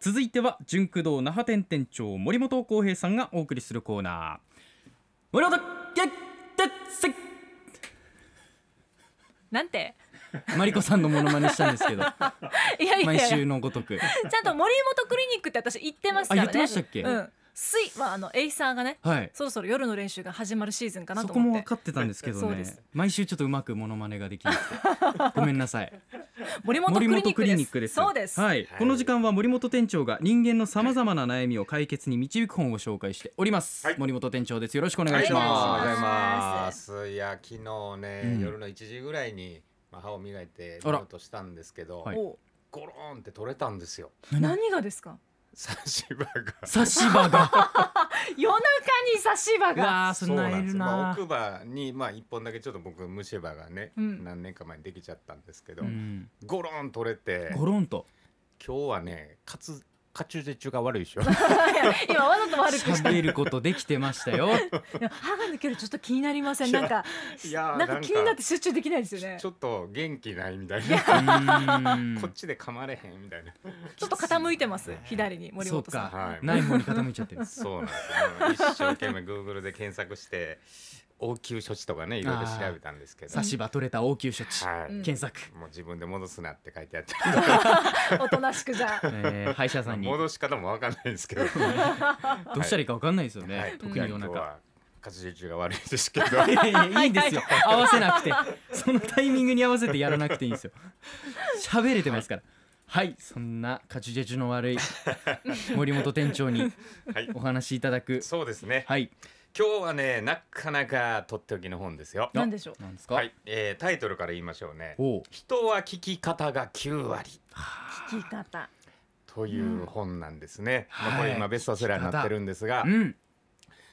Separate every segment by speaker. Speaker 1: 続いては純駆動那覇店店長森本浩平さんがお送りするコーナー森本ゲッテッセイ
Speaker 2: なんて
Speaker 1: マリコさんのモノマネしたんです けど
Speaker 2: いやいやい
Speaker 1: 毎
Speaker 2: や
Speaker 1: 週のごとく
Speaker 2: ちゃんと森本クリニックって私行ってますからね
Speaker 1: あ言ってましたっけ
Speaker 2: うん、スイはあのエイサーがね
Speaker 1: はい
Speaker 2: そろそろ夜の練習が始まるシーズンか な
Speaker 1: そ
Speaker 2: と
Speaker 1: こ
Speaker 2: 思
Speaker 1: も分
Speaker 2: って
Speaker 1: かってたんですけど
Speaker 2: そうで
Speaker 1: ね
Speaker 2: す
Speaker 1: 毎週ちょっとうまくモノマネができなくて ごめんなさい
Speaker 2: 森本クリ
Speaker 1: 森
Speaker 2: ニック
Speaker 1: 本ク
Speaker 2: です
Speaker 1: リニックです
Speaker 2: そうです、
Speaker 1: はい
Speaker 3: はい
Speaker 1: この時間は森本店長が人間のさまざまな悩みを解決に導く本を紹介しております、
Speaker 3: はい
Speaker 1: 森本店長ですよろしくお
Speaker 3: お
Speaker 1: 願いし
Speaker 2: は
Speaker 1: ます
Speaker 2: お願いしま
Speaker 3: いや昨日ね、
Speaker 1: うん
Speaker 3: 夜の1時ぐらいに、まあ、歯を磨いて
Speaker 1: あ
Speaker 3: 寝
Speaker 1: ら
Speaker 3: ようとしたんですけど、
Speaker 1: はい
Speaker 2: お
Speaker 3: ゴローンって取れたんですよ
Speaker 2: 何がですか
Speaker 3: 差し歯が
Speaker 1: 差し歯が
Speaker 2: 夜中に差し歯
Speaker 1: う
Speaker 2: が
Speaker 1: わーそんなんい
Speaker 3: で
Speaker 1: る
Speaker 3: すよ、まあ、
Speaker 1: な
Speaker 3: 奥歯に、まあ、1本だけちょっと僕虫歯がね、
Speaker 2: うん
Speaker 3: 何年か前にできちゃったんですけど、
Speaker 1: うん
Speaker 3: ゴローン取れて
Speaker 1: ゴ
Speaker 3: 今
Speaker 1: ロンと
Speaker 3: 日はねかつカチュー中が悪いでしょ
Speaker 2: 今わざと悪くして
Speaker 1: 喋ることできてましたよ
Speaker 2: 歯が抜けるちょっと気になりませんなんか
Speaker 3: いやー
Speaker 2: なんか気になって集中できないですよね
Speaker 3: ちょっと元気ないみたいうな
Speaker 1: ーん
Speaker 3: こっちで噛まれへんみたいな
Speaker 2: ちょっと傾いてます左に森
Speaker 1: そう
Speaker 2: 本さん
Speaker 1: か、
Speaker 3: はい
Speaker 1: ないものに傾いちゃってるんです
Speaker 3: そうなんですよ。一生懸命 Google で検索して応急処置とかねいろいろ調べたんですけど、
Speaker 1: 差し歯取れた応急処置、
Speaker 3: はい、
Speaker 2: うん
Speaker 1: 検索、
Speaker 3: もう自分で戻すなって書いてあって、
Speaker 2: おとなしく じゃあ
Speaker 1: えー歯医者さんにど
Speaker 3: 戻し方もわかんないんですけど、
Speaker 1: うしたらいいか分かんないですよね、
Speaker 3: はい、
Speaker 1: 特に夜
Speaker 3: 今日
Speaker 1: 中
Speaker 3: は活字中が悪いですけど、
Speaker 1: いやいやいいんですよ合わせなくてそのタイミングに合わせてやらなくていいんですよ喋れてますからはいそんなカチュジェジュの悪い森本店長に
Speaker 3: はい
Speaker 1: お話しいただく
Speaker 3: そうですね。
Speaker 1: はい
Speaker 3: 今日はねなかなかとっておきの本ですよ。
Speaker 2: 何でしょう
Speaker 1: なんですか、
Speaker 3: はい、えー、タイトルから言いましょうね。
Speaker 1: おう
Speaker 3: 人は聞き方が9割。
Speaker 2: 聞き方
Speaker 3: という本なんですね、
Speaker 1: うん
Speaker 3: まあこれ
Speaker 1: は
Speaker 3: 今
Speaker 1: い
Speaker 3: ベストセラーになってるんですが、
Speaker 1: うん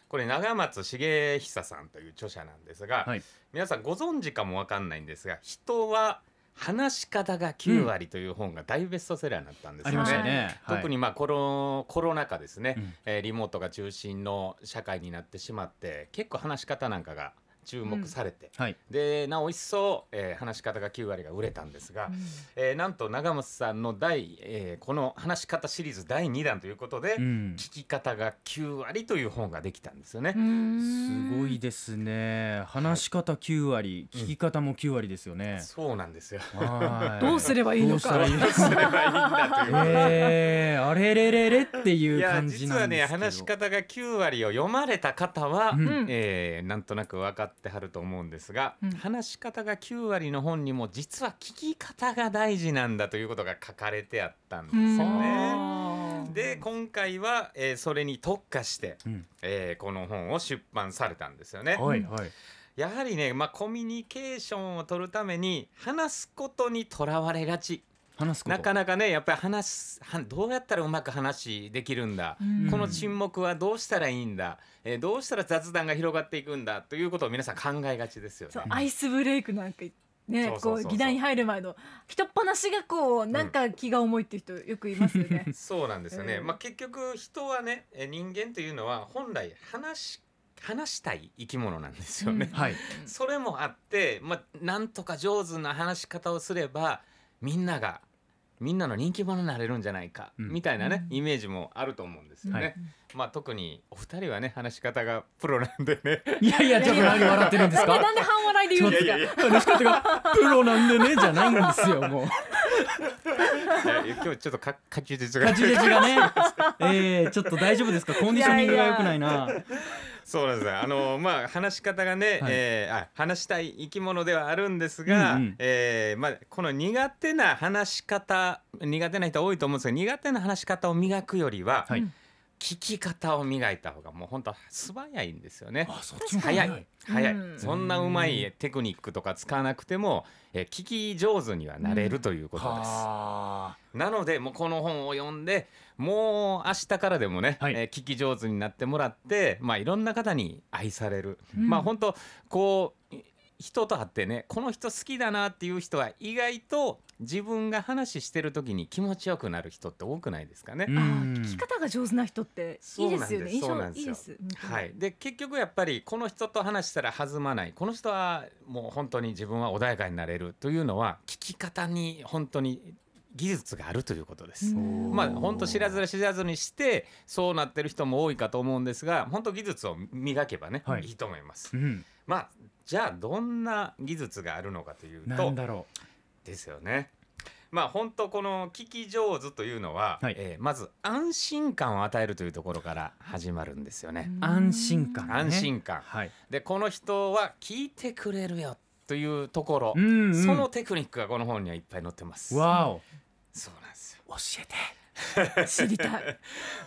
Speaker 3: これ長松茂久さんという著者なんですが、
Speaker 1: はい
Speaker 3: 皆さんご存知かもわかんないんですが「人は話し方が9割」という本が大ベストセラーになったんです
Speaker 1: あ
Speaker 3: よ
Speaker 1: り
Speaker 3: ね。
Speaker 1: ましたよね、はい
Speaker 3: 特にまあコロコロナ禍ですね、
Speaker 1: うん
Speaker 3: えーリモートが中心の社会になってしまって結構話し方なんかが注目されて、
Speaker 1: はい
Speaker 3: でなお一層、えー話し方が9割が売れたんですが、えーなんと長松さんの第、えーこの話し方シリーズ第2弾ということで、
Speaker 1: うん
Speaker 3: 聞き方が9割という本ができたんですよね。
Speaker 1: す
Speaker 2: す
Speaker 1: ごいですね話し方9割聞き方も9割ですよね、
Speaker 3: そうなんですよ。
Speaker 1: はい
Speaker 2: どうすればいい
Speaker 1: ど
Speaker 2: の
Speaker 1: うしたら
Speaker 2: か
Speaker 1: いいの
Speaker 3: それはいいんだということで。
Speaker 1: えー、あれれれれってい
Speaker 3: いうや
Speaker 1: 感じ
Speaker 3: 実
Speaker 1: な
Speaker 3: は
Speaker 1: んで
Speaker 3: ね
Speaker 1: すけど
Speaker 3: 話し方が9割を読まれた方は、
Speaker 1: うん
Speaker 2: うん
Speaker 3: えーなんとなく分かってはると思うんですが、
Speaker 2: うん
Speaker 3: 話し方が9割の本にも実は聞き方が大事なんだということが書かれてあったんですよね。
Speaker 2: ね
Speaker 3: で今回は、えーそれに特化して、
Speaker 1: うん
Speaker 3: えーこの本を出版されたんですよね。
Speaker 1: はいはい
Speaker 3: やはりね、まあ、コミュニケーションを取るために話すことにとらわれがち
Speaker 1: 話すこと
Speaker 3: なかなかねやっぱり話すはどうやったらうまく話できるんだ、
Speaker 1: ん
Speaker 3: この沈黙はどうしたらいいんだ、えーどうしたら雑談が広がっていくんだということを皆さん考えがちですよね
Speaker 2: そう。アイスブレイクなんかね
Speaker 3: そうそ
Speaker 2: こ
Speaker 3: うそう
Speaker 2: う
Speaker 3: そう
Speaker 2: 議題に入る前の人っぱなしがこうなんか気が重いっていう人よくいますよ ね。
Speaker 3: そうなんですよね、
Speaker 2: うん
Speaker 3: まあ、結局人はねえー人間というのは本来話し話したい生き物なんですよね。
Speaker 2: うん
Speaker 1: はい
Speaker 3: それもあって、まあ、なんとか上手な話し方をすればみんながみんなの人気者になれるんじゃないか、
Speaker 1: うん
Speaker 3: みたいなね
Speaker 2: うん
Speaker 3: イメージもあると思うんですよね。
Speaker 1: はい
Speaker 3: まあ、特にお二人はね話し方がプロなんで ね
Speaker 1: いやいやちょっと何笑ってるんです
Speaker 2: なんで
Speaker 1: か
Speaker 2: なんで半笑いで言うんですか。
Speaker 1: 話し方がプロなんでねじゃないんですよもう
Speaker 3: いや今日ちょっとかかちゅう術が
Speaker 1: カチレジがねえー、ちょっと大丈夫ですかコンディショニングが良くないな
Speaker 3: そうなんですよあのまあ話し方がね、
Speaker 1: はい
Speaker 3: えーあ話したい生き物ではあるんですが、
Speaker 1: うんうん
Speaker 3: えーまあ、この苦手な話し方苦手な人多いと思うんですけど苦手な話し方を磨くよりは、
Speaker 1: はい
Speaker 3: 聞き方を磨いた方がもう本当素早いんですよね。
Speaker 1: あそっちも
Speaker 3: 早い早い、
Speaker 2: うん
Speaker 3: そんなうまいテクニックとか使わなくても、えー聞き上手にはなれるということです。
Speaker 1: は
Speaker 3: なのでもうこの本を読んでもう明日からでもね、
Speaker 1: はい
Speaker 3: えー聞き上手になってもらって、まあ、いろんな方に愛される、
Speaker 2: うん
Speaker 3: まあ本当こうい人と会ってねこの人好きだなっていう人は意外と自分が話してる時に気持ちよくなる人って多くないですかね。
Speaker 1: ーう
Speaker 2: あー
Speaker 1: ん
Speaker 2: 聞き方が上手な人っていいですよね。印
Speaker 3: そう
Speaker 2: 象
Speaker 3: なんです
Speaker 2: いいです。
Speaker 3: はい、で結局やっぱりこの人と話したら弾まないこの人はもう本当に自分は穏やかになれるというのは聞き方に本当に技術があるということです。
Speaker 2: うん
Speaker 3: まあ本当知らずら知らずにしてそうなってる人も多いかと思うんですが本当技術を磨けばね、
Speaker 1: はい
Speaker 3: い、いと思います。
Speaker 1: うん、
Speaker 3: まあじゃあどんな技術があるのかという
Speaker 1: な
Speaker 3: と
Speaker 1: んだろ
Speaker 3: ですよね。まあ本当この聞き上手というのは、
Speaker 1: はい
Speaker 3: えーまず安心感を与えるというところから始まるんですよね。
Speaker 1: う安心感、ね、
Speaker 3: 安心感、
Speaker 1: はい、
Speaker 3: でこの人は聞いてくれるよというところ、
Speaker 1: んん
Speaker 3: そのテクニックがこの本にはいっぱい載ってます。
Speaker 1: わ
Speaker 3: そうなんですよ。
Speaker 1: お教えて
Speaker 2: 知りた い。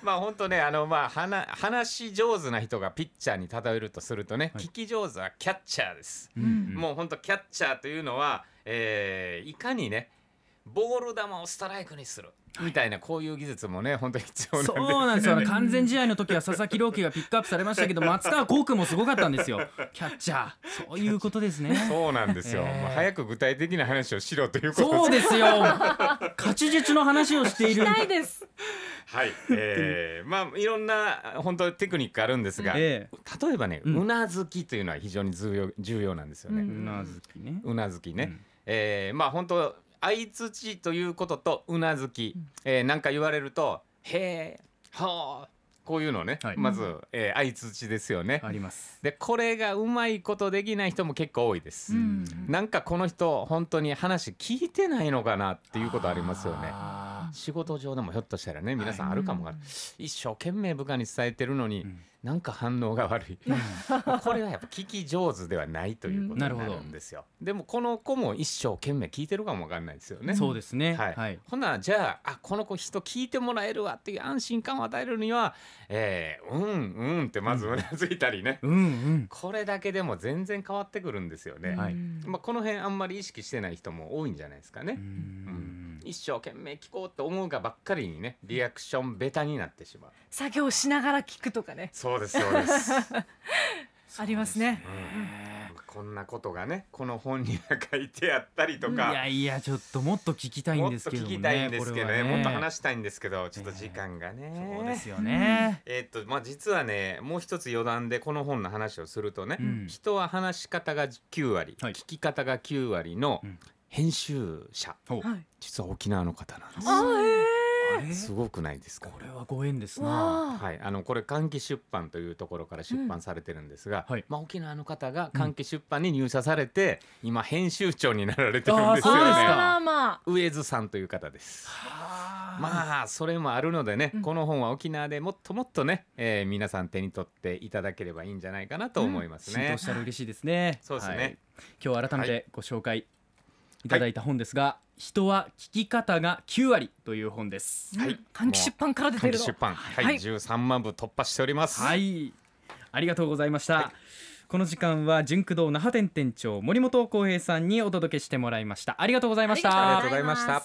Speaker 3: まあ本当ねあのまあ話話し上手な人がピッチャーに例えるとするとね、
Speaker 1: はい
Speaker 3: 聞き上手はキャッチャーです。
Speaker 1: うんうん
Speaker 3: もう本当キャッチャーというのは、えーいかにねボール球をストライクにするみたいなこういう技術もね本当に必要なんで
Speaker 1: そうなんですよね完全試合の時は佐々木朗希がピックアップされまし たけど松川幸君もすごかったんですよキャッチャーそういうことですね
Speaker 3: そうなんですよ、
Speaker 1: えー
Speaker 3: まあ早く具体的な話をしろということ
Speaker 1: そうですよ勝ち術の話をしている
Speaker 2: ないです。
Speaker 3: はい、えー、まあいろんな本当テクニックあるんですが、
Speaker 1: え
Speaker 3: 例えばね、
Speaker 1: うん
Speaker 3: うなずきというのは非常に重要重要なんですよ
Speaker 1: え
Speaker 3: ね、
Speaker 1: うなずきね
Speaker 3: うなずきね、えーまあ本当相づちということとうなずき、えーなんか言われるとへえはあこういうのね、
Speaker 1: はい
Speaker 3: まず、えー相づちですよね、
Speaker 1: あります
Speaker 3: でこれがうまいことできない人も結構多いです、
Speaker 1: ん
Speaker 3: なんかこの人本当に話聞いてないのかなっていうことありますよね
Speaker 1: あ
Speaker 3: 仕事上でもひょっとしたらね皆さん
Speaker 1: はい
Speaker 3: あるかもが、一生懸命部下に伝えてるのに、
Speaker 1: うん
Speaker 3: なんか反応が悪いこれはやっぱ聞き上手ではないということになるんですよ、でもこの子も一生懸命聞いてるかもわかんないですよ
Speaker 1: ー
Speaker 3: ね
Speaker 1: そうですね
Speaker 3: はい
Speaker 1: はい
Speaker 3: ほなじゃああこの子人聞いてもらえるわっていう安心感を与えるには、えーうんうんってまずうなずいたりね、
Speaker 1: うんうん
Speaker 3: これだけでも全然変わってくるんですよね、
Speaker 1: はい
Speaker 3: まあ、この辺あんまり意識してない人も多いんじゃないですかね、
Speaker 1: うん
Speaker 3: 一生懸命聞こうと思うがばっかりにねリアクションベタになってしまう
Speaker 2: 作業しながら聞くとかね。
Speaker 3: そうですそうです、
Speaker 2: ありますね。
Speaker 3: うんこんなことがねこの本には書いてあったりと
Speaker 1: い
Speaker 3: か、
Speaker 1: やいやちょっともっと聞きたいん
Speaker 3: もっ
Speaker 1: で
Speaker 3: と
Speaker 1: すけど
Speaker 3: 聞
Speaker 1: も
Speaker 3: きたいんですけどねもっと
Speaker 1: し
Speaker 3: 話したいんですけどちょっと時間がね、
Speaker 1: そうですよね
Speaker 3: えーっとまあ実はねもう一つ余談でこの本の話をするとね、
Speaker 1: うん
Speaker 3: 人は話し方が9割、
Speaker 1: はい
Speaker 3: 聞き方が9割の
Speaker 1: うん
Speaker 3: 編集者、
Speaker 1: ほう
Speaker 2: はい。
Speaker 3: 実は沖縄の方なんです
Speaker 2: あ
Speaker 1: あれ
Speaker 3: すごくないですか
Speaker 1: これはご縁です
Speaker 2: えー。
Speaker 1: な
Speaker 2: わあ。
Speaker 3: はい、あのこれ換気出版というところから出版されてるんですが、
Speaker 1: うんはい
Speaker 3: まあ、沖縄の方が換気出版に入社されて、今編集長になられてるん
Speaker 1: あー
Speaker 3: です
Speaker 1: そう
Speaker 3: よ
Speaker 1: です
Speaker 3: ね
Speaker 1: か
Speaker 2: あらま
Speaker 3: 上津さんという方です
Speaker 1: まあ
Speaker 3: まあそれもあるのでね、
Speaker 2: うん
Speaker 3: この本は沖縄でもっともっとね、えー皆さん手に取っていただければいいんじゃないかなと思います
Speaker 1: 浸
Speaker 3: ね
Speaker 1: 透し、たら嬉しいですね
Speaker 3: そうですね
Speaker 1: はい今日改めてご紹介いただいた本ですが、人は聞き方が9割という本です
Speaker 2: あ。
Speaker 3: はい
Speaker 2: うん換気出版から出て
Speaker 3: 換
Speaker 2: る
Speaker 3: 気
Speaker 2: の。
Speaker 3: 出版、はい
Speaker 2: はい
Speaker 3: 13万部突破しております、
Speaker 1: はい、ありがとうございました。
Speaker 3: はい
Speaker 1: この時間は純駆動那覇店店長森本浩平さんにお届けしてもらいました。ありがとうございました。
Speaker 3: ありがとうございました